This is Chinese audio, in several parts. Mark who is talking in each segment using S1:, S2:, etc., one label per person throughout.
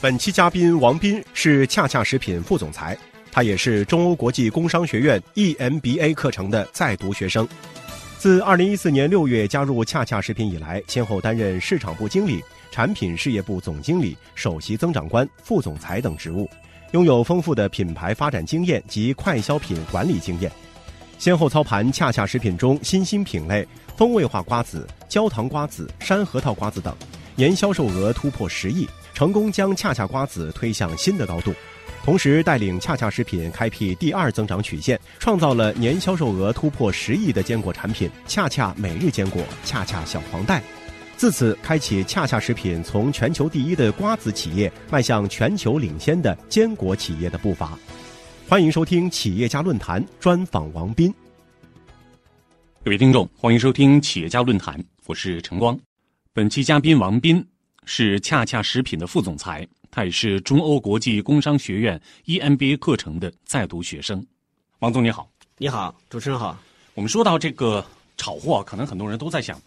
S1: 本期嘉宾王斌是恰恰食品副总裁，他也是中欧国际工商学院 E EMBA 课程的在读学生。自2014年6月加入恰恰食品以来，先后担任市场部经理、产品事业部总经理、首席增长官、副总裁等职务，拥有丰富的品牌发展经验及快消品管理经验。先后操盘恰恰食品中新兴品类风味化瓜子、焦糖瓜子、山核桃瓜子等，年销售额突破十亿，成功将恰恰瓜子推向新的高度。同时，带领恰恰食品开辟第二增长曲线，创造了年销售额突破十亿的坚果产品——恰恰每日坚果、恰恰小黄袋。自此，开启恰恰食品从全球第一的瓜子企业迈向全球领先的坚果企业的步伐。欢迎收听《企业家论坛》专访王斌。
S2: 各位听众，欢迎收听《企业家论坛》，我是晨光。本期嘉宾王斌是恰恰食品的副总裁，他也是中欧国际工商学院 E EMBA 课程的在读学生。王总你好，
S3: 你好，主持人好。
S2: 我们说到这个炒货，啊可能很多人都在想，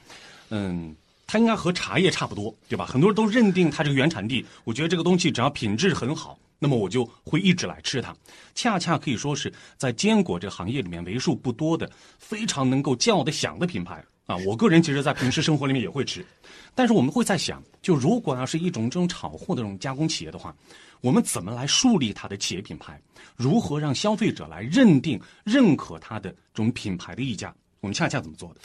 S2: 嗯，它应该和茶叶差不多，对吧？很多人都认定它这个原产地，我觉得这个东西只要品质很好，那么我就会一直来吃它。恰恰可以说是在坚果这个行业里面为数不多的非常能够叫得响的品牌啊。我个人其实，在平时生活里面也会吃，但是我们会在想，就如果要是一种这种炒货的这种加工企业的话，我们怎么来树立它的企业品牌？如何让消费者来认定、认可它的这种品牌的溢价？我们恰恰怎么做的？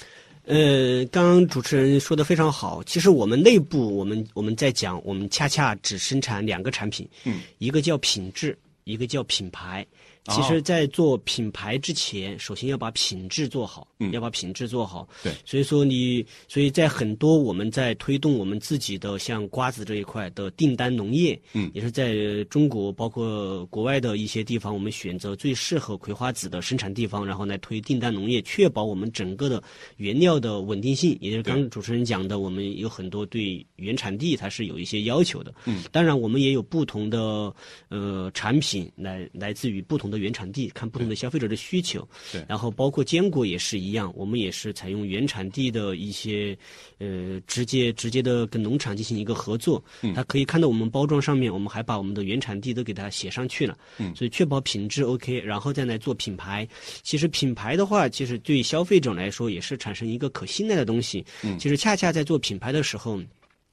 S3: 呃，刚刚主持人说的非常好。其实我们内部，我们我们在讲，我们恰恰只生产两个产品，
S2: 嗯，
S3: 一个叫品质，一个叫品牌。
S2: 哦
S3: 其实，在做品牌之前，首先要把品质做好，
S2: 嗯
S3: 要把品质做好。
S2: 对
S3: 所以说你，所以在很多我们在推动我们自己的像瓜子这一块的订单农业，
S2: 嗯
S3: 也是在中国包括国外的一些地方，我们选择最适合葵花籽的生产地方，然后来推订单农业，确保我们整个的原料的稳定性。也就是刚刚主持人讲的，我们有很多对原产地它是有一些要求的。
S2: 嗯，
S3: 当然我们也有不同的呃产品来来自于不同的原产地，看不同的消费者的需求。
S2: 对
S3: 然后包括坚果也是一样，我们也是采用原产地的一些，呃，直接直接的跟农场进行一个合作。
S2: 嗯
S3: 它可以看到我们包装上面，我们还把我们的原产地都给它写上去了。
S2: 嗯
S3: 所以确保品质 OK，然后再来做品牌。其实品牌的话，其实对消费者来说也是产生一个可信赖的东西。
S2: 嗯
S3: 其实恰恰在做品牌的时候。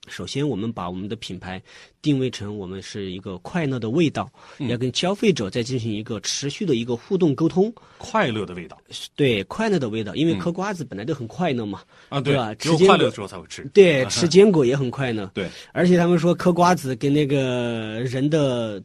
S3: 首先，我们把我们的品牌定位成我们是一个快乐的味道，
S2: 嗯
S3: 要跟消费者再进行一个持续的一个互动沟通，
S2: 快乐的味道
S3: 对快乐的味道，因为
S2: 嗯
S3: 嗑瓜子本来就很快乐嘛，
S2: 啊，
S3: 对吧
S2: 只有
S3: 吃坚
S2: 快乐
S3: 果
S2: 的时候才会吃。
S3: 对，吃坚果也很快乐，
S2: 对，
S3: 而且他们说嗑瓜子跟那个人的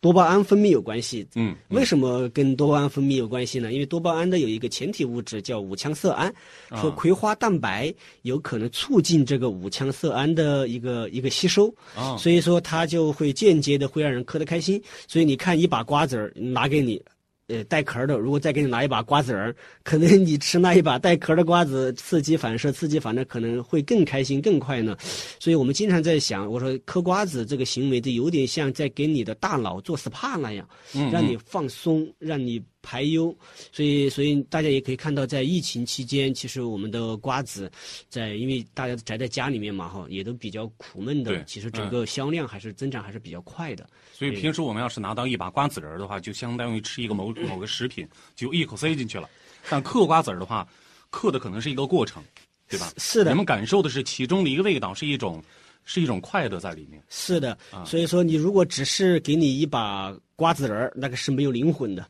S3: 多巴胺分泌有关系。
S2: 嗯，
S3: 为什么跟多巴胺分泌有关系呢？因为多巴胺的有一个前体物质叫五羟色胺，
S2: 啊
S3: 说葵花蛋白有可能促进这个五羟色胺的一个一个吸收，
S2: 啊，
S3: 所以说它就会间接的会让人嗑得开心。所以你看，一把瓜子儿拿给你，呃，带壳儿的，如果再给你拿一把瓜子儿，可能你吃那一把带壳儿的瓜子，刺激反射，刺激反射可能会更开心、更快乐。所以我们经常在想，我说嗑瓜子这个行为，就有点像在给你的大脑做 SPA 那样，
S2: 嗯
S3: 让
S2: 嗯
S3: 你放松，让你排忧。所以，所以大家也可以看到，在疫情期间，其实我们的瓜子在，因为大家宅在家里面嘛，哈，也都比较苦闷
S2: 对
S3: 的。其实整
S2: 嗯
S3: 个销量还是增长还是比较快的。
S2: 所以平时我们要是拿到一把瓜子仁儿的话，就相当于吃一个某某个食品，就一口塞进去了。但嗑瓜子儿的话，嗑的可能是一个过程，对吧？
S3: 是的
S2: 人，们感受的是其中的一个味道，是一种是一种快乐在里 面。
S3: 是的
S2: 啊。
S3: 所以说，你如果只是给你一把瓜子仁儿，那个是没有灵魂的。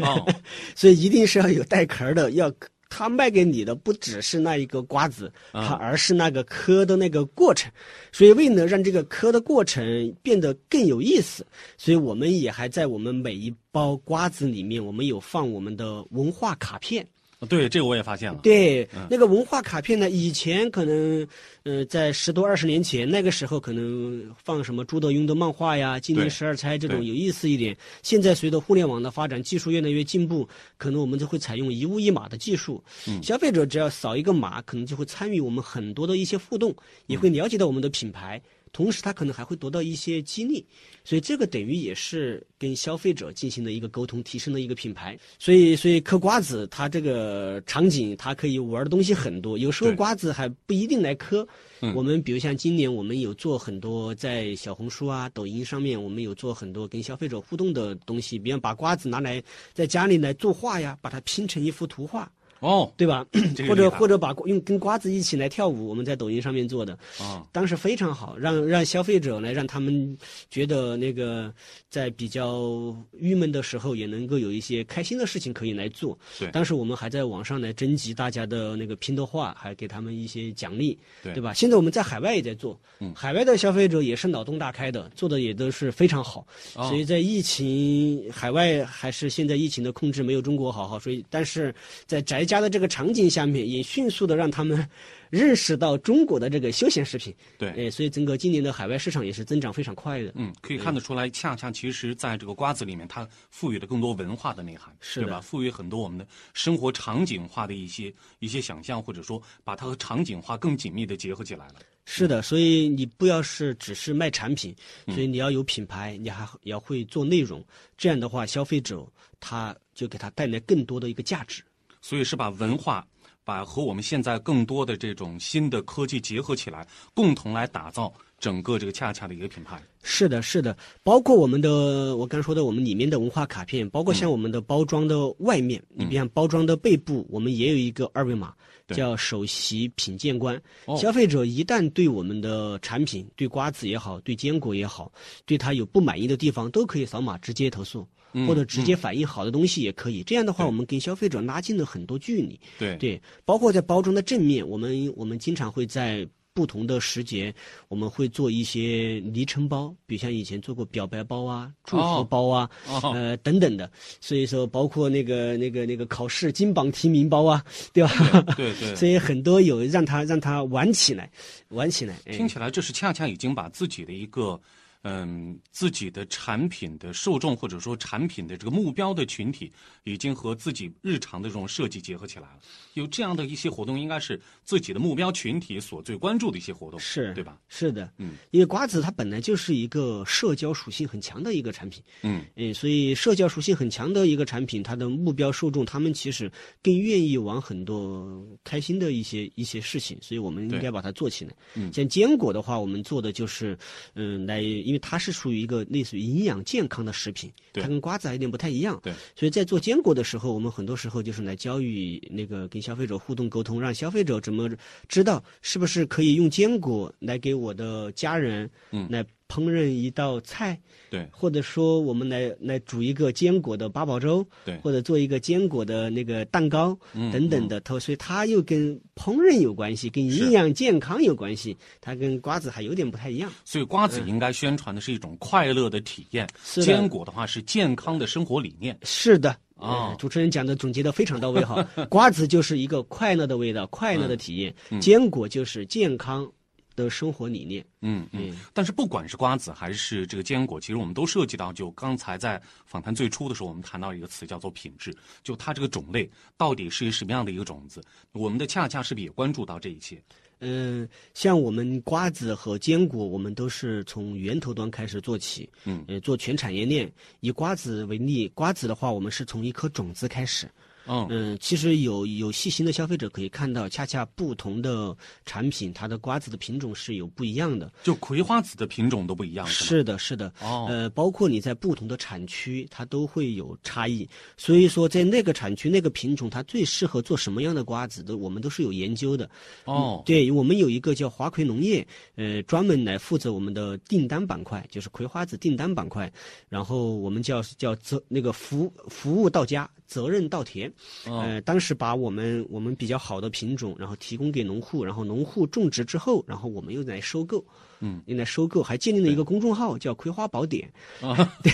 S2: 哦，
S3: 所以一定是要有带壳儿的，要他卖给你的不只是那一个瓜子，
S2: 啊
S3: 它而是那个嗑的那个过程。所以为了让这个嗑的过程变得更有意思，所以我们也还在我们每一包瓜子里面，我们有放我们的文化卡片。
S2: 对，这个我也发现了。
S3: 对
S2: 嗯，
S3: 那个文化卡片呢，以前可能，呃，在十多二十年前，那个时候可能放什么朱德庸的漫画呀、金
S2: 对
S3: 陵十二钗这种
S2: 对
S3: 有意思一点。现在随着互联网的发展，技术越来越进步，可能我们就会采用一物一码的技术，
S2: 嗯
S3: 消费
S2: 嗯
S3: 者只要扫一个码，可能就会参与我们很多的一些互动，也会了解到我们的品牌。同时它可能还会得到一些激励，所以这个等于也是跟消费者进行的一个沟通，提升的一个品牌。所以，所以嗑瓜子它这个场景，它可以玩的东西很多，有时候
S2: 对
S3: 瓜子还不一定来嗑
S2: 嗯。
S3: 我们比如像今年，我们有做很多在小红书啊、抖音上面，我们有做很多跟消费者互动的东西，比方把瓜子拿来在家里来作画呀，把它拼成一幅图画。
S2: 哦，
S3: 对 吧？
S2: 这个
S3: 或者
S2: 厉害
S3: 或者把用跟瓜子一起来跳舞，我们在抖音上面做的，
S2: 啊，
S3: 当时非常好，让让消费者来让他们觉得那个在比较郁闷的时候也能够有一些开心的事情可以来做。
S2: 对
S3: 当时我们还在网上来征集大家的那个拼的画，还给他们一些奖励，
S2: 对
S3: 吧？现在我们在海外也在做，
S2: 嗯
S3: 海外的消费者也是脑洞大开的，做的也都是非常好。
S2: 哦
S3: 所以在疫情海外还是现在疫情的控制没有中国好好，所以但是在宅家的这个场景下面，也迅速的让他们认识到中国的这个休闲食品，
S2: 对，
S3: 哎，所以整个今年的海外市场也是增长非常快的。
S2: 嗯，可以看得出来，恰恰其实在这个瓜子里面，它赋予了更多文化的内涵，
S3: 是
S2: 对
S3: 的
S2: 吧？赋予很多我们的生活场景化的一些一些想象，或者说把它和场景化更紧密的结合起来了。
S3: 是的，所以你不要是只是卖产品，所以你要有品牌，你还也要会做内容，这样的话，消费者他就给他带来更多的一个价值。
S2: 所以是把文化，把和我们现在更多的这种新的科技结合起来，共同来打造整个这个恰恰的一个品牌。
S3: 是的，是的，包括我们的我刚说的我们里面的文化卡片，包括
S2: 嗯
S3: 像我们的包装的外面，你比方包装的背部，我们也有一个二维码，
S2: 对
S3: 叫首席品鉴官。
S2: 哦
S3: 消费者一旦对我们的产品，对瓜子也好，对坚果也好，对它有不满意的地方，都可以扫码直接投诉，或者直接反映好的东西也可以。这样的话，
S2: 嗯对
S3: 我们跟消费者拉近了很多距离。
S2: 对
S3: 对，包括在包装的正面，我们我们经常会在不同的时节，我们会做一些昵称包，比如像以前做过表白包啊、祝福
S2: 哦
S3: 包啊，
S2: 哦
S3: 呃等等的。所以说，包括那个那个那个考试金榜题名包啊，对吧？
S2: 对对
S3: 所以很多有让他让他玩起来，玩起来。哎
S2: 听起来这是恰恰已经把自己的一个，嗯，自己的产品的受众或者说产品的这个目标的群体，已经和自己日常的这种设计结合起来了。有这样的一些活动，应该是自己的目标群体所最关注的一些活动，
S3: 是
S2: 对吧？
S3: 是的，
S2: 嗯，
S3: 因为瓜子它本来就是一个社交属性很强的一个产品，
S2: 嗯，
S3: 嗯，所以社交属性很强的一个产品，它的目标受众，他们其实更愿意玩很多开心的一些一些事情，所以我们应
S2: 对
S3: 该把它做起来。
S2: 嗯
S3: 像坚果的话，我们做的就是，嗯，来，因为它是属于一个类似于营养健康的食品，
S2: 对
S3: 它跟瓜子还有点不太一样，
S2: 对，
S3: 所以在做坚果的时候，我们很多时候就是来教育那个跟消费者互动沟通，让消费者怎么知道是不是可以用坚果来给我的家人，
S2: 嗯
S3: 来烹饪一道菜，
S2: 对
S3: 或者说我们来来煮一个坚果的八宝粥，
S2: 对
S3: 或者做一个坚果的那个蛋糕，
S2: 嗯
S3: 等等的，它所以它又跟烹饪有关系，跟
S2: 是
S3: 营养健康有关系，它跟瓜子还有点不太一样。
S2: 所以瓜子应该宣传的是一种快乐的体验，
S3: 嗯是的
S2: 坚果的话是健康的生活理念。
S3: 是的。
S2: 哦
S3: 嗯主持人讲的总结的非常到位哈。 瓜子就是一个快乐的味道，快
S2: 嗯
S3: 乐的体验；坚果就是健康的生活理念。
S2: 嗯嗯
S3: 嗯，
S2: 但是不管是瓜子还是这个坚果，其实我们都涉及到，就刚才在访谈最初的时候，我们谈到一个词叫做品质，就它这个种类到底是什么样的一个种子？我们的恰恰是不是也关注到这一切？
S3: 嗯，像我们瓜子和坚果，我们都是从源头端开始做起，
S2: 嗯
S3: 呃，做全产业链。以瓜子为例，瓜子的话，我们是从一颗种子开始，
S2: 嗯，
S3: 嗯，其实有有细心的消费者可以看到，恰恰不同的产品，它的瓜子的品种是有不一样的。
S2: 就葵花籽的品种都不一样，啊是吗？
S3: 是的，是的，
S2: 哦
S3: 呃，包括你在不同的产区，它都会有差异。所以说，在那个产区、那个品种，它最适合做什么样的瓜子的，我们都是有研究的。
S2: 哦，
S3: 对我们有一个叫华葵农业，呃，专门来负责我们的订单板块，就是葵花籽订单板块。然后我们叫叫责那个服服务到家，责任到田。
S2: 嗯
S3: 呃，当时把我们我们比较好的品种，然后提供给农户，然后农户种植之后，然后我们又来收购，
S2: 嗯，
S3: 又来收购，还建立了一个公众号叫“葵花宝典”，
S2: 哦
S3: 对，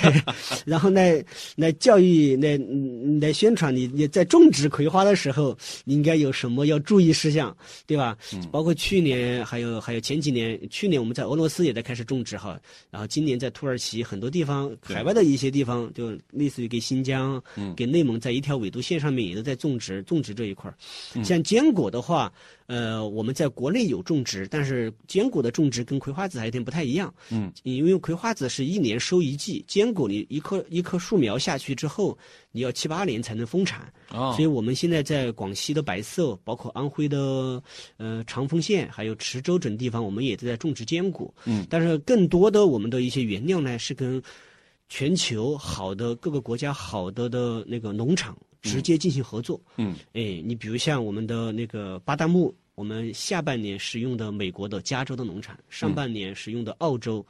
S3: 然后来来教育来嗯来宣传你你在种植葵花的时候，你应该有什么要注意事项，对吧？包括去年还有还有前几年，去年我们在俄罗斯也在开始种植哈，然后今年在土耳其很多地方，海外的一些地方，就类似于给新疆、给内蒙在。在一条纬度线上面也都在种植种植这一块儿。像坚果的话，呃，我们在国内有种植，但是坚果的种植跟葵花籽还有点不太一样。
S2: 嗯，
S3: 因为葵花籽是一年收一季，坚果你一棵一棵树苗下去之后，你要七八年才能丰产。
S2: 啊
S3: 所以我们现在在广西的白色，包括安徽的呃长丰县，还有池州等地方，我们也都在种植坚果。
S2: 嗯，
S3: 但是更多的我们的一些原料呢，是跟全球好的各个国家好的的那个农场直接进行合作。
S2: 嗯，
S3: 哎，你比如像我们的那个巴旦木，我们下半年使用的美国的加州的农
S2: 嗯
S3: 场，上半年使用的澳洲。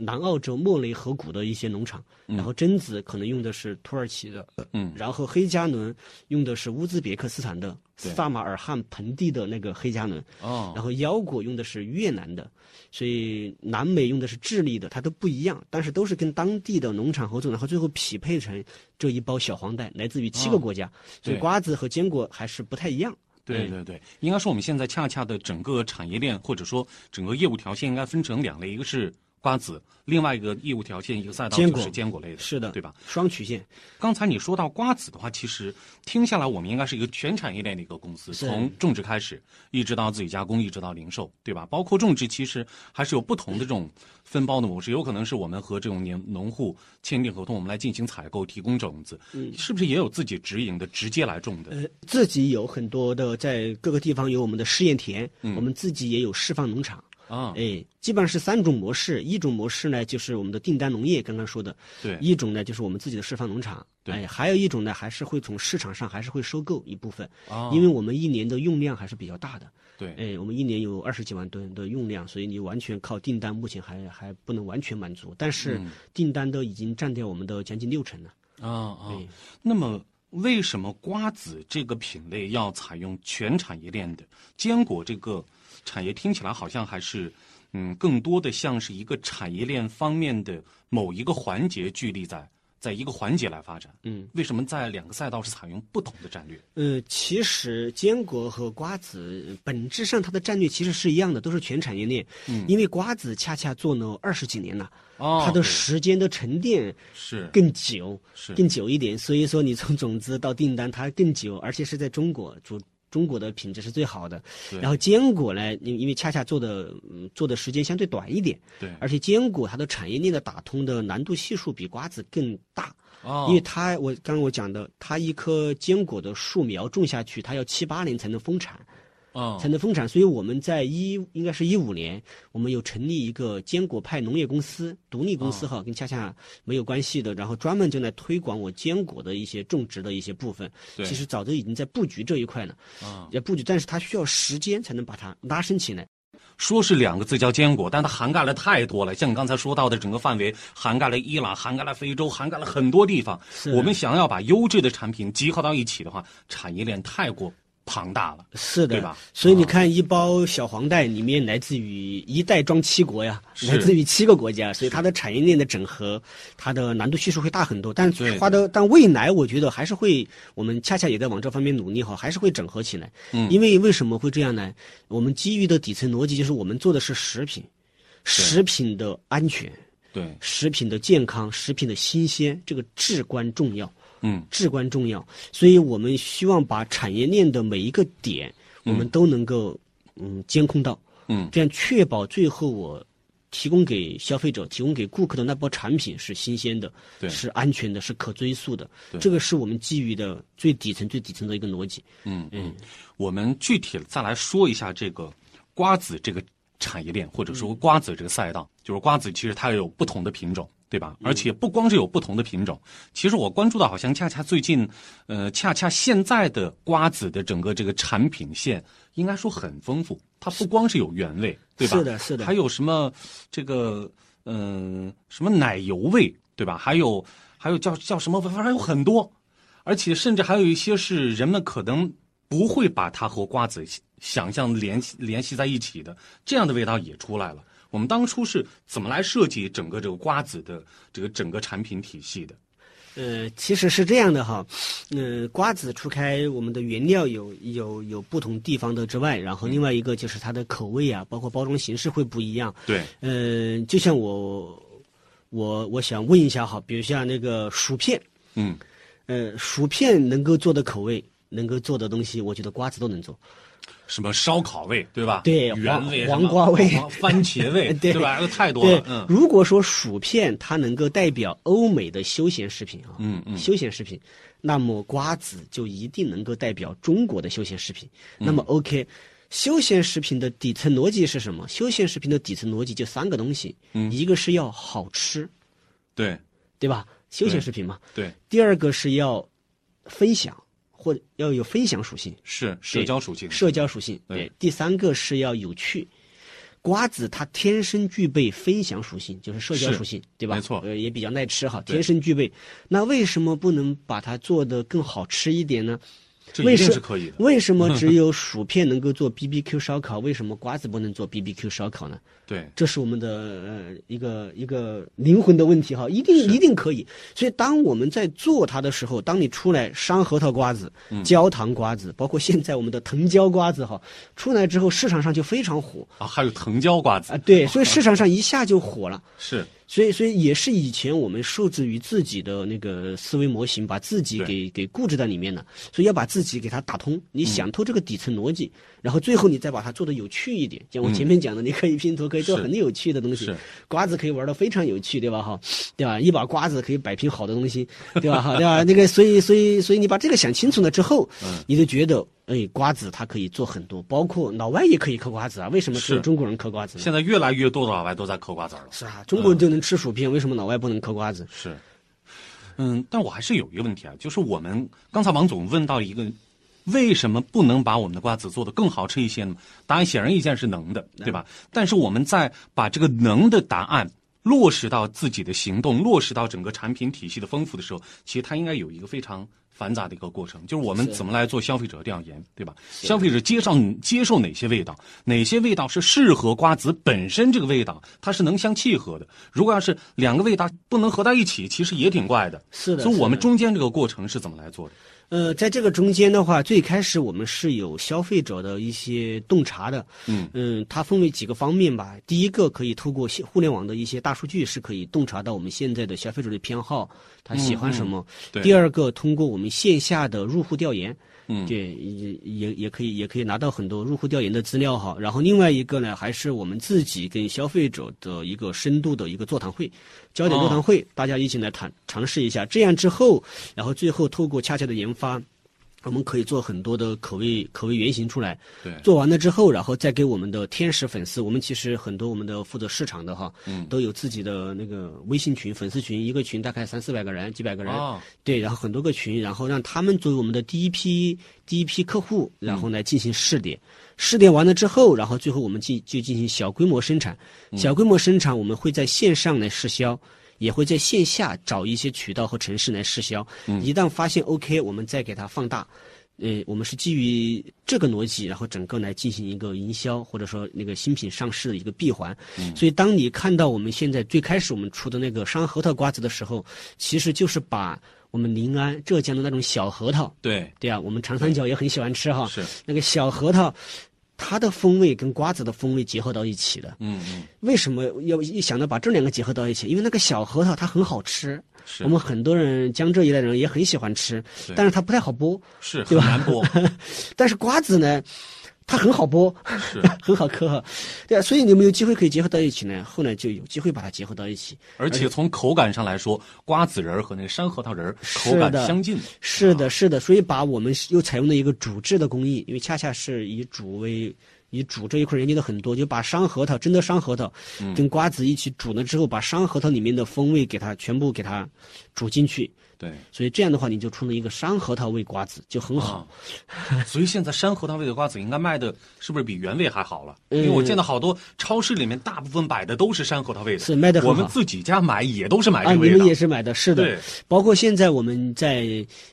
S3: 南澳洲莫雷河谷的一些农场，然后榛子可能用的是土耳其的，
S2: 嗯
S3: 然后黑加仑用的是乌兹别克斯坦的
S2: 对
S3: 萨马尔罕盆地的那个黑加仑，
S2: 哦嗯
S3: 然后腰果用的是越南的，所以南美用的是智利的，它都不一样，但是都是跟当地的农场合作，然后最后匹配成这一包小黄袋，来自于七个国家，所以
S2: 哦对
S3: 瓜子和坚果还是不太一样。
S2: 对
S3: 嗯
S2: 对对，应该说我们现在恰恰的整个产业链或者说整个业务条线应该分成两类，一个是瓜子，另外一个业务条线一个赛道
S3: 坚
S2: 就
S3: 果
S2: 是坚果类的，
S3: 是的，
S2: 对吧？？
S3: 双曲线，
S2: 刚才你说到瓜子的话，其实听下来我们应该是一个全产业链的一个公司，
S3: 是
S2: 从种植开始，一直到自己加工，一直到零售，对吧？包括种植，其实还是有不同的这种分包的模式，有可能是我们和这种年农户签订合同，我们来进行采购，提供种子，是不是也有自己直营的，直接来种的？
S3: 呃，自己有很多的在各个地方有我们的试验田，
S2: 嗯
S3: 我们自己也有示范农场。
S2: 啊，
S3: 哎，基本上是三种模式，一种模式呢就是我们的订单农业，刚刚说的，
S2: 对，
S3: 一种呢就是我们自己的示范农场，
S2: 对
S3: 哎，还有一种呢还是会从市场上还是会收购一部分，
S2: 啊
S3: 因为我们一年的用量还是比较大的，
S2: 对，
S3: 哎，我们一年有二十几万吨的用量，所以你完全靠订单目前还还不能完全满足，但是
S2: 嗯
S3: 订单都已经占掉我们的将近六成了。哎
S2: 啊啊，那么为什么瓜子这个品类要采用全产业链的？坚果这个产业听起来好像还是，嗯，更多的像是一个产业链方面的某一个环节聚力在在一个环节来发展。
S3: 嗯，
S2: 为什么在两个赛道是采用不同的战略？
S3: 呃，其实坚果和瓜子呃本质上它的战略其实是一样的，都是全产业链。嗯，因为瓜子恰恰做了二十几年了，
S2: 哦
S3: 它的
S2: 对
S3: 时间的沉淀
S2: 是
S3: 更久，
S2: 是
S3: 更久一点。 所以说，你从种子到订单，它更久，而且是在中国主。中国的品质是最好的，
S2: 对
S3: 然后坚果呢，因因为恰恰做的、嗯、做的时间相对短一点，
S2: 对，
S3: 而且坚果它的产业链的打通的难度系数比瓜子更大，
S2: 哦
S3: 因为它我刚刚我讲的，它一棵坚果的树苗种下去，它要七八年才能丰产，
S2: 哦
S3: 才能丰产。所以我们在一应该是一五年，我们有成立一个坚果派农业公司，独立公司
S2: 哦
S3: 哈，跟恰恰没有关系的，然后专门就来推广我坚果的一些种植的一些部分。
S2: 对
S3: 其实早就已经在布局这一块了，
S2: 啊，
S3: 也布局，但是它需要时间才能把它拉升起来。
S2: 说是两个字叫坚果，但它涵盖了太多了。像你刚才说到的整个范围，涵盖了伊朗，涵盖了非洲，涵盖了很多地方。
S3: 是
S2: 我们想要把优质的产品集合到一起的话，产业链太过庞大了。
S3: 是的，
S2: 对吧
S3: 所以你看，一包小黄袋里面来自于一袋装七国呀，
S2: 是
S3: 来自于七个国家，所以它的产业链的整合，它的难度系数会大很多。但
S2: 对对
S3: 花的，但未来我觉得还是会，我们恰恰也在往这方面努力哈，还是会整合起来。嗯，因为为什么会这样呢？我们基于的底层逻辑就是我们做的是食品，食品的安全，
S2: 对，
S3: 食品的健康，食品的新鲜，这个至关重要。
S2: 嗯，
S3: 至关重要，所以我们希望把产业链的每一个点，我们都能够嗯监控到，
S2: 嗯，
S3: 这样确保最后我提供给消费者、提供给顾客的那包产品是新鲜的，
S2: 对
S3: 是安全的，是可追溯的
S2: 对，
S3: 这个是我们基于的最底层、最底层的一个逻辑。
S2: 嗯嗯。我们具体再来说一下这个瓜子这个产业链，或者说瓜子这个赛道，就是瓜子其实它有不同的品种。对吧？而且不光是有不同的品种，其实我关注到好像恰恰最近，呃，恰恰现在的瓜子的整个这个产品线，应该说很丰富。它不光是有原味，对吧？
S3: 是的是的
S2: 还有什么这个嗯、呃什么奶油味，对吧？还有还有叫叫什么，反正还有很多，而且甚至还有一些是人们可能不会把它和瓜子想象联系联系在一起的，这样的味道也出来了。我们当初是怎么来设计整个这个瓜子的这个整个产品体系的？
S3: 呃，其实是这样的哈，呃，瓜子除开我们的原料有有有不同地方的之外，然
S2: 嗯
S3: 后另外一个就是它的口味啊，包括包装形式会不一样。
S2: 对，
S3: 嗯，就像我，我我想问一下哈，比如像那个薯片，
S2: 嗯，
S3: 呃，薯片能够做的口味，能够做的东西，我觉得瓜子都能做。
S2: 什么烧烤味，对吧？
S3: 对
S2: 原味、
S3: 黄黄瓜味，
S2: 什么番茄味
S3: 对
S2: 吧？太多
S3: 对
S2: 了，，嗯
S3: 如果说薯片它能够代表欧美的休闲食品啊，
S2: 嗯嗯
S3: 休闲食品，那么瓜子就一定能够代表中国的休闲食品。那
S2: 嗯
S3: 么 OK，休闲食品的底层逻辑是什么？休闲食品的底层逻辑就三个东西，
S2: 嗯
S3: 一个是要好吃，
S2: 对
S3: 对吧？休
S2: 对
S3: 闲食品嘛。
S2: 对，
S3: 第二个是要分享，或者要有分享属性。
S2: 是社交属性，
S3: 社交属性。
S2: 对
S3: 第三个是要有趣。瓜子它天生具备分享属性，就是社交
S2: 是
S3: 属性，对吧？
S2: 没错
S3: 呃，也比较耐吃哈，
S2: 对
S3: 天生具备。那为什么不能把它做得更好吃一 点呢？
S2: 这
S3: 为
S2: 一定
S3: 什
S2: 是可以的。
S3: 为什么只有薯片能够做 B B Q 烧烤，为什么瓜子不能做 B B Q 烧烤呢？
S2: 对，
S3: 这是我们的呃一个一个灵魂的问题哈，一定一定可以。所以当我们在做它的时候，当你出来山核桃瓜子、焦糖瓜子，包括现在我们的藤椒瓜子哈，出来之后市场上就非常火
S2: 啊，还有藤椒瓜
S3: 啊，
S2: 子，
S3: 对，所以市场上一下就火了。
S2: 是
S3: 所以，所以也是以前我们受制于自己的那个思维模型，把自己
S2: 对嗯
S3: 给给固执在里面的，所以要把自己给它打通。你想透这个底层逻辑，然后最后你再把它做的有趣一点。像我前面讲的，你可以拼图，可以做
S2: 嗯是
S3: 很有趣的东西
S2: 是，
S3: 瓜子可以玩的非常有趣，对吧？哈，对吧？一把瓜子可以摆平好的东西，对吧？哈，对吧？那个，所以，所以，所以你把这个想清楚了之后，
S2: 嗯
S3: 你就觉得，哎，瓜子它可以做很多，包括老外也可以嗑瓜子啊。为什么只有
S2: 是
S3: 中国人嗑瓜子呢？
S2: 现在越来越多的老外都在嗑瓜子儿了。
S3: 是啊，中国人就能吃薯片，为什么老外不能嗑瓜子？
S2: 是，嗯，但我还是有一个问题啊，就是我们刚才王总问到一个，为什么不能把我们的瓜子做得更好吃一些呢？答案显而易见是能的，对吧？但是我们在把这个能的答案。落实到自己的行动，落实到整个产品体系的丰富的时候，其实它应该有一个非常繁杂的一个过程，就是我们怎么来做消费者调研，对吧？消费者接受接受哪些味道，哪些味道是适合瓜子本身这个味道，它是能相契合的。如果要是两个味道不能合在一起，其实也挺怪的。
S3: 是的
S2: 所以
S3: 是
S2: 我们
S3: 的
S2: 中间这个过程是怎么来做的？
S3: 呃，在这个中间的话，最开始我们是有消费者的一些洞察的，呃
S2: 嗯
S3: 它分为几个方面吧。第一个可以通过现互联网的一些大数据是可以洞察到我们现在的消费者的偏好，他喜欢什么。
S2: 对
S3: 第二个，通过我们线下的入户调研，
S2: 嗯
S3: 对，也也也可以也可以拿到很多入户调研的资料哈。然后另外一个呢，还是我们自己跟消费者的一个深度的一个座谈会，焦点座谈会，大家一起来谈尝试一下。这样之后，然后最后透过恰恰的研发。我们可以做很多的口味口味原型出来，
S2: 对
S3: 做完了之后，然后再给我们的天使粉丝，我们其实很多我们的负责市场的哈，
S2: 嗯
S3: 都有自己的那个微信群、粉丝群，一个群大概三四百个人、几百个人，
S2: 啊，
S3: 对，然后很多个群，然后让他们作为我们的第一批第一批客户，然后来进行试点。试点完了之后，然后最后我们进就进行小规模生产。小规模生产，我们会在线上来试销，也会在线下找一些渠道和城市来试销。一旦发现 OK，我们再给它放大。呃，我们是基于这个逻辑，然后整个来进行一个营销，或者说那个新品上市的一个闭环。
S2: 嗯
S3: 所以，当你看到我们现在最开始我们出的那个山核桃瓜子的时候，其实就是把我们临安、浙江的那种小核桃，
S2: 对，
S3: 对啊，我们长三角也很喜欢吃哈，
S2: 是，
S3: 那个小核桃，它的风味跟瓜子的风味结合到一起的。
S2: 嗯嗯，
S3: 为什么要一想到把这两个结合到一起？因为那个小核桃它很好吃，
S2: 是
S3: 我们很多人江浙一带人也很喜欢吃，
S2: 对
S3: 但是它不太好剥。
S2: 是很
S3: 对吧
S2: 难 播，
S3: 但是瓜子呢，它很好剥，
S2: 是，
S3: 很好嗑哈，对啊，所以你有没有机会可以结合到一起呢？后来就有机会把它结合到一起。
S2: 而且从口感上来说，瓜子仁儿和那个山核桃仁儿口
S3: 是
S2: 感
S3: 的
S2: 相近，
S3: 是
S2: 啊
S3: 的，是的，所以把我们又采用了一个煮制的工艺，因为恰恰是以煮为以煮这一块研究的很多，就把山核桃真的山核桃
S2: 嗯
S3: 跟瓜子一起煮了之后，把山核桃里面的风味给它全部给它煮进去，
S2: 对。
S3: 所以这样的话你就出了一个山核桃味瓜子，就很好。
S2: 所以现在山核桃味的瓜子应该卖的是不是比原味还好了？
S3: 嗯
S2: 因为我见到好多超市里面大部分摆的都是山核桃味的，
S3: 是卖得很
S2: 我
S3: 好
S2: 们自己家买也都是买
S3: 啊，
S2: 这个
S3: 你
S2: 味
S3: 们
S2: 道。
S3: 也是买的，是的
S2: 对，
S3: 包括现在我们在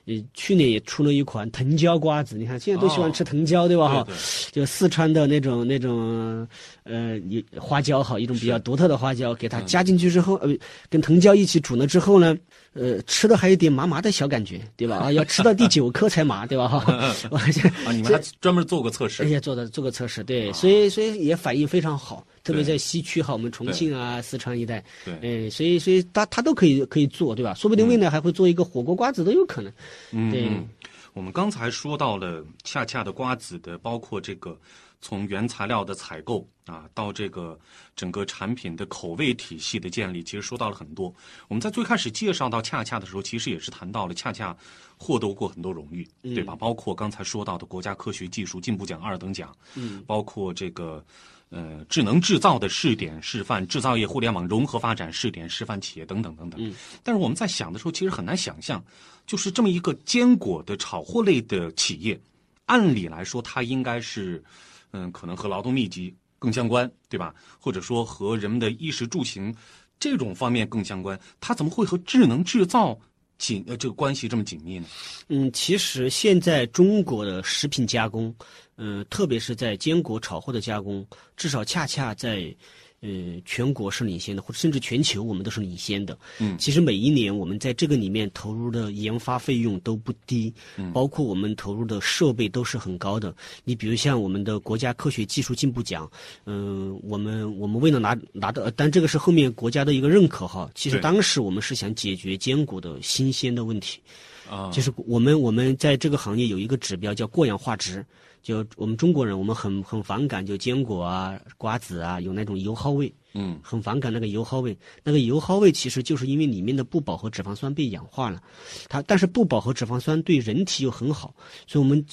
S3: 呃去年也出了一款藤椒瓜子，你看现在都喜欢吃藤椒，对吧？哈
S2: 哦对对，
S3: 就四川的的那种那种呃你花椒好，一种比较独特的花椒，给它
S2: 嗯
S3: 加进去之后，呃，跟藤椒一起煮了之后呢，呃，吃的还有点麻麻的小感觉，对吧？啊，要吃到第九颗才麻，对吧？哈， 我这哎
S2: 啊，你们还专门做过测
S3: 而
S2: 试，
S3: 且做的做个测试，对，所以所以也反应非常好，特别
S2: 啊对
S3: 在西区哈，我们重庆啊、四川一带，
S2: 对，
S3: 嗯，所以所以它它都可以可以做，对吧？说不定未来还会做一个火锅瓜子都有可能，
S2: 嗯
S3: 对
S2: 嗯我们刚才说到了恰恰的瓜子的，包括这个从原材料的采购啊，到这个整个产品的口味体系的建立，其实说到了很多。我们在最开始介绍到恰恰的时候，其实也是谈到了恰恰获得过很多荣誉，对吧？包括刚才说到的国家科学技术进步奖二等奖，
S3: 嗯，
S2: 包括这个呃智能制造的试点示范、制造业互联网融合发展试点示范企业等等等等。但是我们在想的时候，其实很难想象，就是这么一个坚果的炒货类的企业，按理来说它应该是，嗯，可能和劳动密集更相关，对吧？或者说和人们的衣食住行这种方面更相关，它怎么会和智能制造紧呃这个关系这么紧密呢？
S3: 嗯，其实现在中国的食品加工，嗯、特别是在坚果炒货的加工，至少恰恰在，呃，全国是领先的，或者甚至全球我们都是领先的。
S2: 嗯
S3: 其实每一年我们在这个里面投入的研发费用都不低，
S2: 嗯
S3: 包括我们投入的设备都是很高的。你比如像我们的国家科学技术进步奖，嗯、我们我们为了拿拿到，呃但这个是后面国家的一个认可哈。其实
S2: 对
S3: 当时我们是想解决坚果的新鲜的问题。
S2: 啊、
S3: 就是我们我们在这个行业有一个指标叫过氧化值，就我们中国人我们很很反感就坚果啊、瓜子啊有那种油耗味，
S2: 嗯
S3: 很反感那个油耗味。那个油耗味其实就是因为里面的不饱和脂肪酸被氧化了，它但是不饱和脂肪酸对人体又很好，所以我们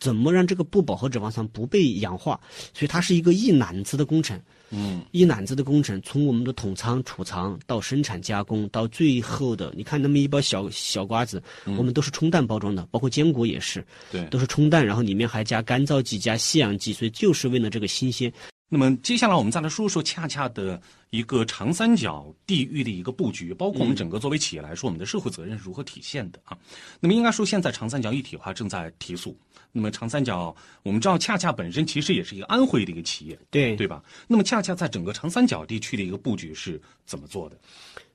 S3: 怎么让这个不饱和脂肪酸不被氧化？所以它是一个一揽子的工程。
S2: 嗯
S3: 一揽子的工程，从我们的统仓、储藏到生产加工，到最后的，你看那么一包小小瓜子，我们都是冲淡包装的，包括坚果也是，
S2: 嗯对。
S3: 都是冲淡，然后里面还加干燥剂、加吸氧剂，所以就是为了这个新鲜。
S2: 那么接下来我们再来说说恰恰的一个长三角地域的一个布局，包括我们整个作为企业来说，我们的社会责任是如何体现的啊？那么应该说，现在长三角一体化正在提速。那么长三角，我们知道恰恰本身其实也是一个安徽的一个企业，
S3: 对
S2: 对吧？那么恰恰在整个长三角地区的一个布局是怎么做的？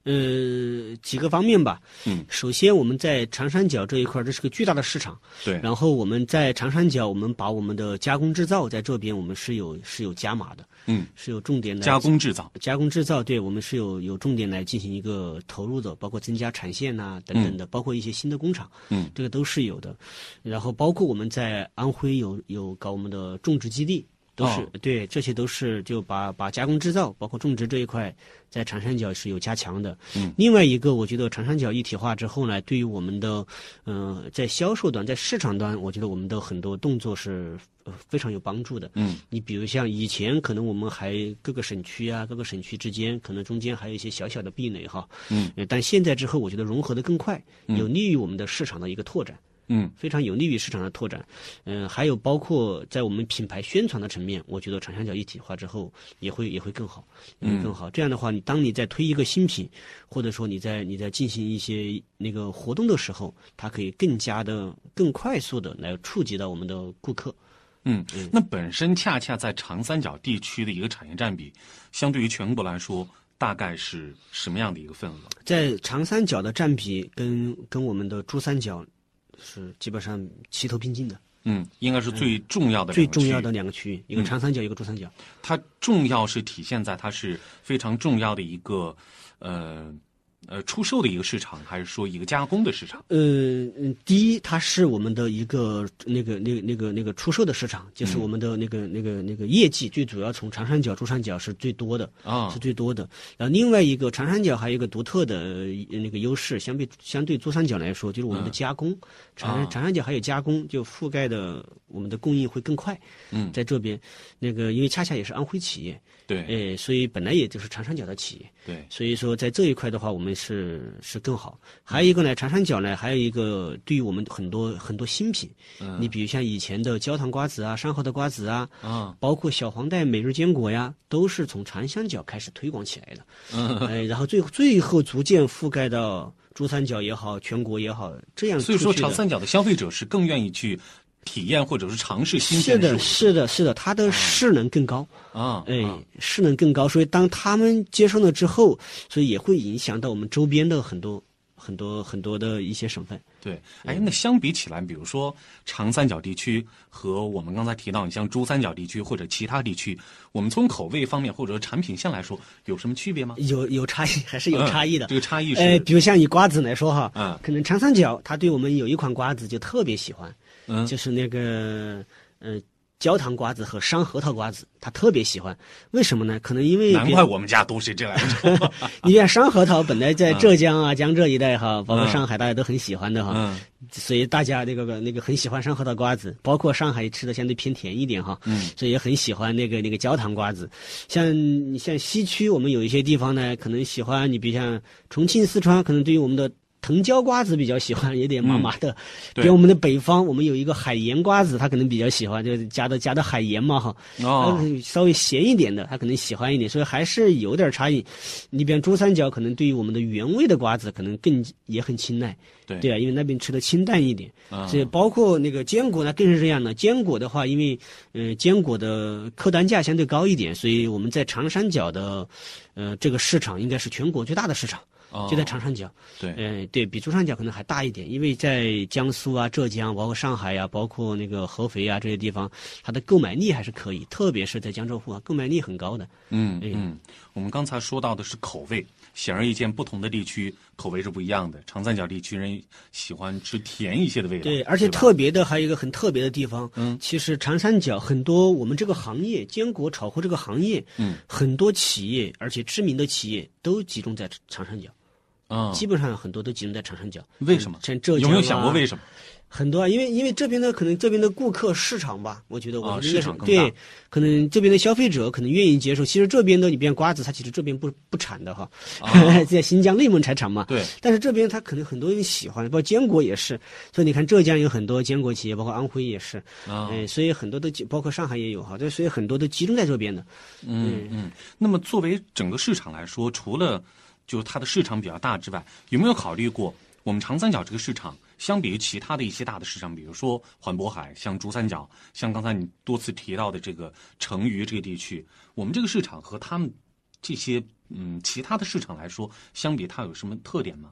S3: 呃，几个方面吧。
S2: 嗯，
S3: 首先我们在长三角这一块儿，这是个巨大的市场。
S2: 对，
S3: 然后我们在长三角，我们把我们的加工制造在这边，我们是有是有加码的，
S2: 嗯，
S3: 是有重点的
S2: 加工制造，
S3: 加工制造，对我们是有有重点来进行一个投入的，包括增加产线呐、等等的，包括一些新的工厂，
S2: 嗯，
S3: 这个都是有的。然后包括我们在安徽有有搞我们的种植基地，都是、
S2: 哦
S3: 对这些都是就把把加工制造包括种植这一块在长三角是有加强的。
S2: 嗯，
S3: 另外一个我觉得长三角一体化之后呢，对于我们的嗯、呃在销售端在市场端，我觉得我们的很多动作是呃非常有帮助的。
S2: 嗯，
S3: 你比如像以前，可能我们还各个省区啊，各个省区之间，可能中间还有一些小小的壁垒哈。
S2: 嗯
S3: 呃，但现在之后，我觉得融合的更快，有利于我们的市场的一个拓展，
S2: 嗯
S3: 非常有利于市场的拓展。嗯、还有包括在我们品牌宣传的层面，我觉得长三角一体化之后，也会也会更好，也
S2: 嗯
S3: 会更好。这样的话，你当你在推一个新品，或者说你在你在进行一些那个活动的时候，它可以更加的、更快速的来触及到我们的顾客。
S2: 嗯。那本身恰恰在长三角地区的一个产业占比，相对于全国来说，大概是什么样的一个份额？
S3: 在长三角的占比跟跟我们的珠三角是基本上齐头并进的，
S2: 嗯，应该是最重要的、
S3: 最重要的，两个区域，一个长三角，一个珠三角。
S2: 它重要是体现在它是非常重要的一个，呃呃，出售的一个市场，还是说一个加工的市场？
S3: 嗯嗯，第一，它是我们的一个那个那个那个那个出售的市场，就是我们的那个那个那个业绩最主要从长三角、珠三角是最多的。
S2: 啊
S3: 是，最多的。然后另外一个长三角还有一个独特的呃那个优势，相比相对珠三角来说，就是我们的加工，长
S2: 嗯啊
S3: 三长三角还有加工，就覆盖的我们的供应会更快。
S2: 嗯
S3: 在这边那个因为恰恰也是安徽企业，
S2: 对
S3: 哎，所以本来也就是长三角的企业，
S2: 对，
S3: 所以说在这一块的话，我们是是更好。还有一个呢，长三角呢，还有一个对于我们很多很多新品，
S2: 嗯
S3: 你比如像以前的焦糖瓜子啊、山核桃瓜子啊，
S2: 啊，
S3: 包括小黄袋、每日坚果呀，都是从长三角开始推广起来的。
S2: 嗯，
S3: 哎，然后最最后逐渐覆盖到珠三角也好，全国也好，这样
S2: 所以说
S3: 出去的
S2: 长三角的消费者是更愿意去体验或者是啊尝试新
S3: 是
S2: 鲜
S3: 的，
S2: 事
S3: 是的，是的，它的势能更高，
S2: 物啊，
S3: 哎
S2: 啊，
S3: 势能更高。所以当他们接受了之后，所以也会影响到我们周边的很多很多很多的一些省份。
S2: 对，哎，那相比起来，比如说长三角地区和我们刚才提到你像珠三角地区或者其他地区，我们从口味方面或者产品线来说，有什么区别吗？
S3: 有有差异， 还是有差异的。
S2: 嗯这个差异是
S3: 呃，比如像以瓜子来说哈，
S2: 嗯
S3: 可能长三角他对我们有一款瓜子就特别喜欢，
S2: 嗯
S3: 就是那个呃焦糖瓜子和山核桃瓜子，他特别喜欢。为什么呢？可能因为
S2: 难
S3: 别
S2: 怪我们家都是这两 种。
S3: 你看山核桃本来在
S2: 嗯
S3: 浙江啊、江浙一带哈，包括上海，大家都很喜欢的哈，
S2: 嗯
S3: 所以大家那个那个很喜欢山核桃瓜子，包括上海吃的相对偏甜一点哈，
S2: 嗯，
S3: 所以也很喜欢那个那个焦糖瓜子。像你像西区，我们有一些地方呢，可能喜欢你，比如像重庆、四川，可能对于我们的。藤椒瓜子比较喜欢，有点麻麻的。
S2: 嗯对
S3: 比如我们的北方，我们有一个海盐瓜子，他可能比较喜欢，就是加的加的海盐嘛哈。
S2: 哦，
S3: 它稍微咸一点的，他可能喜欢一点，所以还是有点差异。你比方珠三角，可能对于我们的原味的瓜子，可能更也很青睐，
S2: 对
S3: 对啊，因为那边吃的清淡一点。
S2: 嗯
S3: 所以包括那个坚果呢，更是这样的。坚果的话，因为嗯、呃坚果的客单价相对高一点，所以我们在长三角的呃这个市场应该是全国最大的市场，
S2: 哦
S3: 就在长三角。
S2: 对，
S3: 嗯，对比珠三角可能还大一点，因为在江苏啊、浙江，包括上海呀、包括那个合肥啊这些地方，它的购买力还是可以，特别是在江浙沪啊，购买力很高的。
S2: 嗯
S3: 哎
S2: 嗯，我们刚才说到的是口味，显而易见，不同的地区口味是不一样的。长三角地区人喜欢吃甜一些的味道，
S3: 对，而且
S2: 啊吧
S3: 特别的还有一个很特别的地方，
S2: 嗯
S3: 其实长三角很多我们这个行业，坚果炒货这个行业，
S2: 嗯，
S3: 很多企业，而且知名的企业都集中在长三角，
S2: 嗯，
S3: 基本上很多都集中在长三角。
S2: 为什么？
S3: 像浙
S2: 有
S3: 江、啊、
S2: 没有想过为什么？
S3: 很多啊，因为因为这边的可能这边的顾客市场吧，我觉得我
S2: 啊
S3: 觉得应该
S2: 市
S3: 是
S2: 场更大
S3: 对，可能这边的消费者可能愿意接受。其实这边的你变瓜子，它其实这边不不产的哈， 在新疆、内蒙才产嘛。
S2: 哦对，
S3: 但是这边它可能很多人喜欢，包括坚果也是。所以你看浙江有很多坚果企业，包括安徽也是，
S2: 啊，
S3: 嗯、所以很多都集包括上海也有哈，对，所以很多都集中在这边的。
S2: 嗯嗯，那么作为整个市场来说，除了就是它的市场比较大之外，有没有考虑过我们长三角这个市场，相比于其他的一些大的市场，比如说环渤海、像珠三角、像刚才你多次提到的这个成渝这个地区，我们这个市场和他们这些嗯其他的市场来说，相比它有什么特点吗？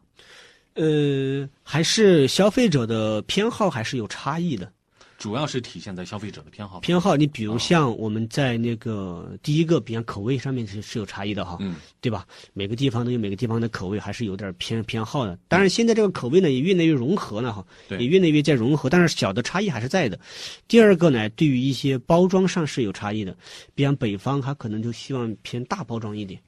S3: 呃，还是消费者的偏好还是有差异的。
S2: 主要是体现在消费者的偏好。
S3: 偏好，你比
S2: 啊
S3: 如像我们在那个第一个，比方口味上面是是有差异的哈，
S2: 嗯，
S3: 对吧？每个地方都有每个地方的口味，还是有点偏偏好的。当然，现在这个口味呢也越来越融合了哈，
S2: 对
S3: 也越来越在融合，但是小的差异还是在的。第二个呢，对于一些包装上是有差异的，比方北方它可能就希望偏大包装一点，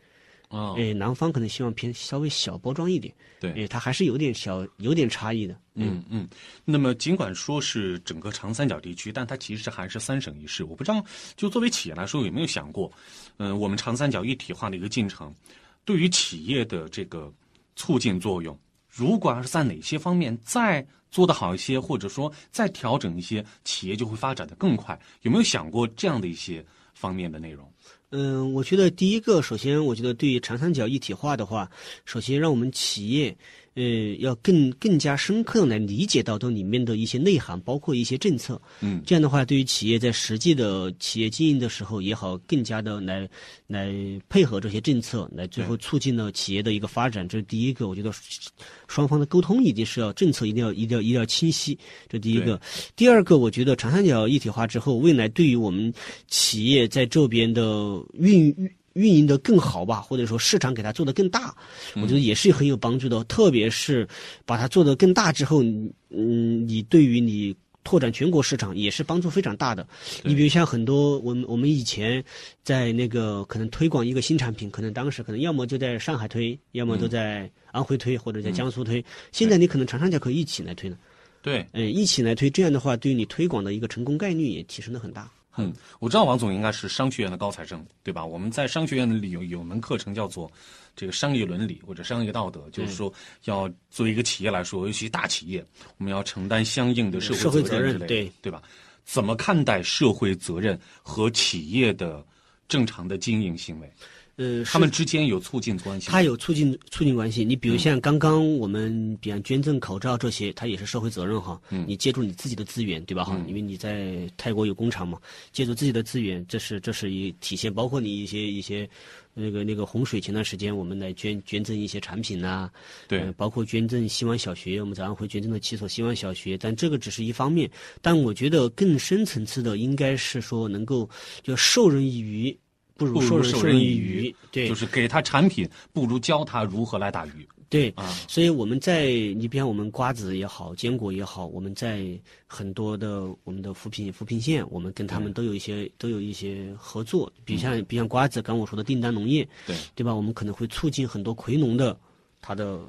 S2: 啊、
S3: 哎，南方可能希望偏稍微小包装一点，
S2: 对
S3: 哎，它还是有点小有点差异的，
S2: 嗯嗯，那么尽管说是整个长三角地区，但它其实还是三省一市。我不知道，就作为企业来说，有没有想过，嗯、我们长三角一体化的一个进程，对于企业的这个促进作用，如果要是在哪些方面再做得好一些，或者说再调整一些，企业就会发展的更快。有没有想过这样的一些方面的内容？
S3: 嗯，我觉得第一个，首先，我觉得对于长三角一体化的话，首先让我们企业，呃，要更更加深刻的来理解到这里面的一些内涵，包括一些政策。
S2: 嗯
S3: 这样的话，对于企业在实际的企业经营的时候也好，更加的来来配合这些政策，来最后促进了企业的一个发展。这是第一个，我觉得双方的沟通一定是要政策一定要一定要一定要清晰，这第一个。第二个，我觉得长三角一体化之后，未来对于我们企业在这边的运运运营的更好吧，或者说市场给它做得更大，我觉得也是很有帮助的。特别是把它做得更大之后，你嗯，你对于你拓展全国市场也是帮助非常大的。你比如像很多我们我们以前在那个可能推广一个新产品，可能当时可能要么就在上海推，要么都在安徽推或者在江苏推。现在你可能长三角可以一起来推呢，
S2: 对，
S3: 嗯，一起来推，这样的话对于你推广的一个成功概率也提升的很大。
S2: 嗯，我知道王总应该是商学院的高材生，对吧？我们在商学院里有有门课程叫做这个商业伦理或者商业道德，
S3: 嗯
S2: 就是说要作为一个企业来说，尤其大企业，我们要承担相应的社
S3: 社会
S2: 责
S3: 责
S2: 任
S3: 任
S2: 之类的，
S3: 对
S2: 对吧？怎么看待社会责任和企业的正常的经营行为？
S3: 呃，
S2: 他们之间有促进关系吗。
S3: 它有促进促进关系。你
S2: 嗯
S3: 比如像刚刚我们比方捐赠口罩这些，它也是社会责任哈。
S2: 嗯
S3: 你借助你自己的资源，对吧哈？因为你在泰国有工厂嘛，借助自己的资源，这是这是一体现。包括你一些一些那个那个洪水前段时间，我们来捐捐赠一些产品呐、
S2: 对
S3: 呃包括捐赠希望小学，我们早上会捐赠的七所希望小学，但这个只是一方面。但我觉得更深层次的应该是说，能够就授人以鱼。不如
S2: 不
S3: 授
S2: 如
S3: 人
S2: 授
S3: 授
S2: 人
S3: 人
S2: 以
S3: 以
S2: 渔
S3: 渔，对，
S2: 就是给他产品，不如教他如何来打鱼
S3: 对，
S2: 啊。
S3: 所以我们在你比方我们瓜子也好，坚果也好，我们在很多的我们的扶贫扶贫县，我们跟他们都有一些都有一些合作，比如像比如像瓜子，刚我说的订单农业，
S2: 对
S3: 对吧？我们可能会促进很多葵农的他的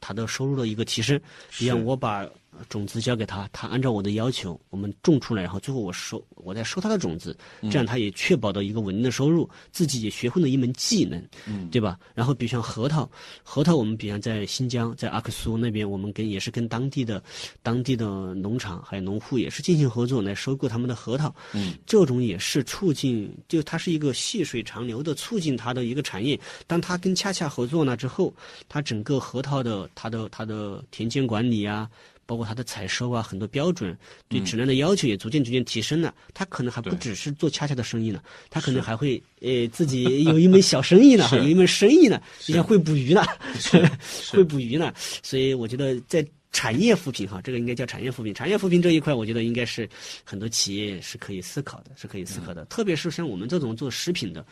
S3: 他的收入的一个提升。比
S2: 是
S3: 方我把种子交给他，他按照我的要求，我们种出来，然后最后我收我再收他的种子，
S2: 嗯
S3: 这样他也确保到一个稳定的收入，自己也学会了一门技能，
S2: 嗯
S3: 对吧？然后比如像核桃，核桃我们比方在新疆，在阿克苏那边，我们跟也是跟当地的当地的农场还有农户也是进行合作来收购他们的核桃，
S2: 嗯，
S3: 这种也是促进，就它是一个细水长流的促进它的一个产业。当它跟恰恰合作呢之后，它整个核桃的它的它的田间管理啊，包括它的采收啊，很多标准对质量的要求也逐渐逐渐提升了。它可能还不
S2: 嗯对
S3: 只是做恰恰的生意呢，它可能
S2: 是
S3: 还会呃自己有一门小生意 呢，
S2: 是
S3: 有一门生意呢，就像会捕鱼呢，
S2: 是
S3: 会捕鱼呢。所以我觉得在。产业扶贫哈，这个应该叫产业扶贫。产业扶贫这一块，我觉得应该是很多企业是可以思考的，是可以思考的。特别是像我们这种做食品的，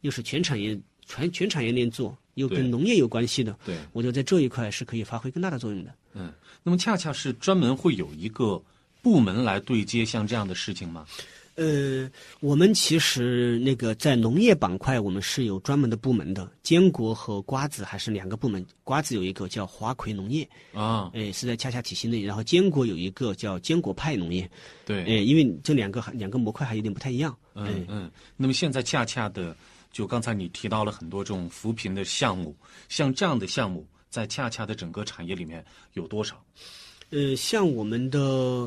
S3: 又是全产业全全产业链做，又
S2: 对
S3: 跟农业有关系的，
S2: 对。
S3: 我觉得在这一块是可以发挥更大的作用的。
S2: 嗯，那么恰恰是专门会有一个部门来对接像这样的事情吗？
S3: 呃，我们其实那个在农业板块，我们是有专门的部门的，坚果和瓜子还是两个部门。瓜子有一个叫华葵农业，
S2: 啊，
S3: 哎、是在恰恰体系内，然后坚果有一个叫坚果派农业，哎、
S2: 对，
S3: 因为这两个还两个模块还有点不太一样，哎、
S2: 嗯嗯。那么现在恰恰的，就刚才你提到了很多这种扶贫的项目，像这样的项目，在恰恰的整个产业里面有多少？
S3: 呃，像我们的，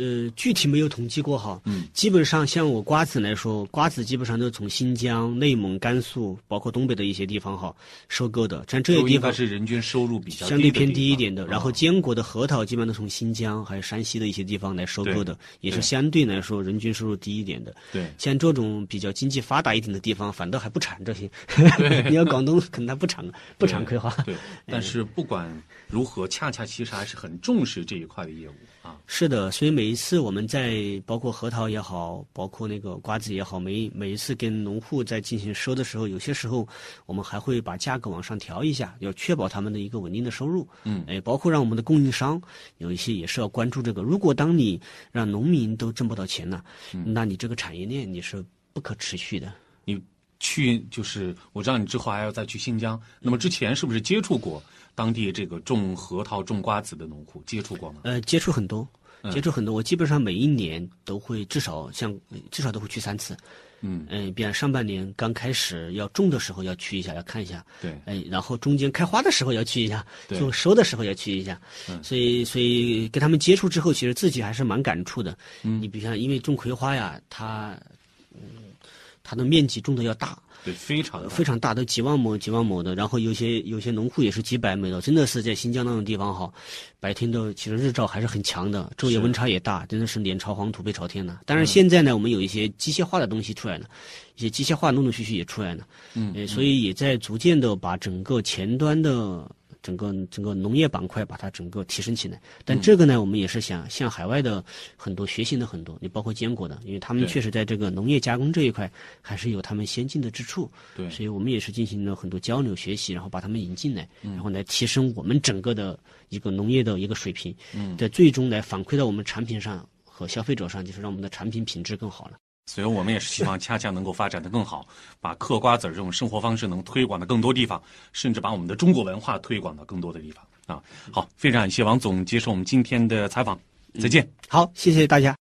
S3: 呃，具体没有统计过哈。嗯，基本上像我瓜子来说，瓜子基本上都是从新疆、内蒙、甘肃，包括东北的一些地方哈收购的。像这些
S2: 都
S3: 地
S2: 应该
S3: 方
S2: 是人均收入比较
S3: 相对
S2: 的
S3: 偏
S2: 地
S3: 低一
S2: 方
S3: 点的。然后
S2: 啊
S3: 坚果的核桃基本上都从新疆还有山西的一些地方来收购的，也是
S2: 对
S3: 相对来说人均收入低一点的。
S2: 对
S3: 像这种比较经济发达一点的地方，反倒还不产这些。 你要广东可能它不产不产葵花。
S2: 对，但是不管如何，恰恰其实还是很重视这一块的业务啊。
S3: 是的，所以每一次我们在包括核桃也好，包括那个瓜子也好，每每一次跟农户在进行收的时候，有些时候我们还会把价格往上调一下，要确保他们的一个稳定的收入。
S2: 嗯
S3: 哎，包括让我们的供应商有一些也是要关注这个。如果当你让农民都挣不到钱了，那你这个产业链你是不可持续的。
S2: 你去就是我知道你之后还要再去新疆，那么之前是不是接触过当地这个种核桃、种瓜子的农户？接触过吗？
S3: 呃，接触很多，
S2: 嗯
S3: 接触很多。我基本上每一年都会至少像呃至少都会去三次。
S2: 嗯
S3: 嗯，比方上半年刚开始要种的时候要去一下，要看一下。
S2: 对，
S3: 哎，然后中间开花的时候要去一下，
S2: 对嗯
S3: 就收的时候要去一下，所以所以跟他们接触之后，其实自己还是蛮感触的。
S2: 嗯
S3: 你比如像因为种葵花呀，它，嗯，它的面积种的要大，
S2: 对，非常
S3: 非
S2: 非
S3: 常大，都几万亩、几万亩的。然后有些有些农户也是几百亩的，真的是在新疆那种地方哈，白天的其实日照还是很强的，昼夜
S2: 是嗯
S3: 温差也大，真的是脸朝黄土背朝天呐。当然现在呢，我们有一些机械化的东西出来了，一些机械化陆陆续续也出来了，
S2: 嗯
S3: 呃，所以也在逐渐的把整个前端的。整个整个农业板块把它整个提升起来，
S2: 嗯
S3: 但这个呢，我们也是想向海外的很多学习了很多，你包括坚果的，因为他们
S2: 对
S3: 确实在这个农业加工这一块还是有他们先进的之处。
S2: 对
S3: 所以我们也是进行了很多交流学习，然后把他们引进来，然后来提升我们整个的一个农业的一个水平，
S2: 嗯
S3: 在最终来反馈到我们产品上和消费者上，就是让我们的产品品质更好了。
S2: 所以我们也是希望恰恰能够发展的更好，把嗑瓜子儿这种生活方式能推广到更多地方，甚至把我们的中国文化推广到更多的地方啊。好，非常感谢王总接受我们今天的采访，再见。
S3: 好，谢谢大家。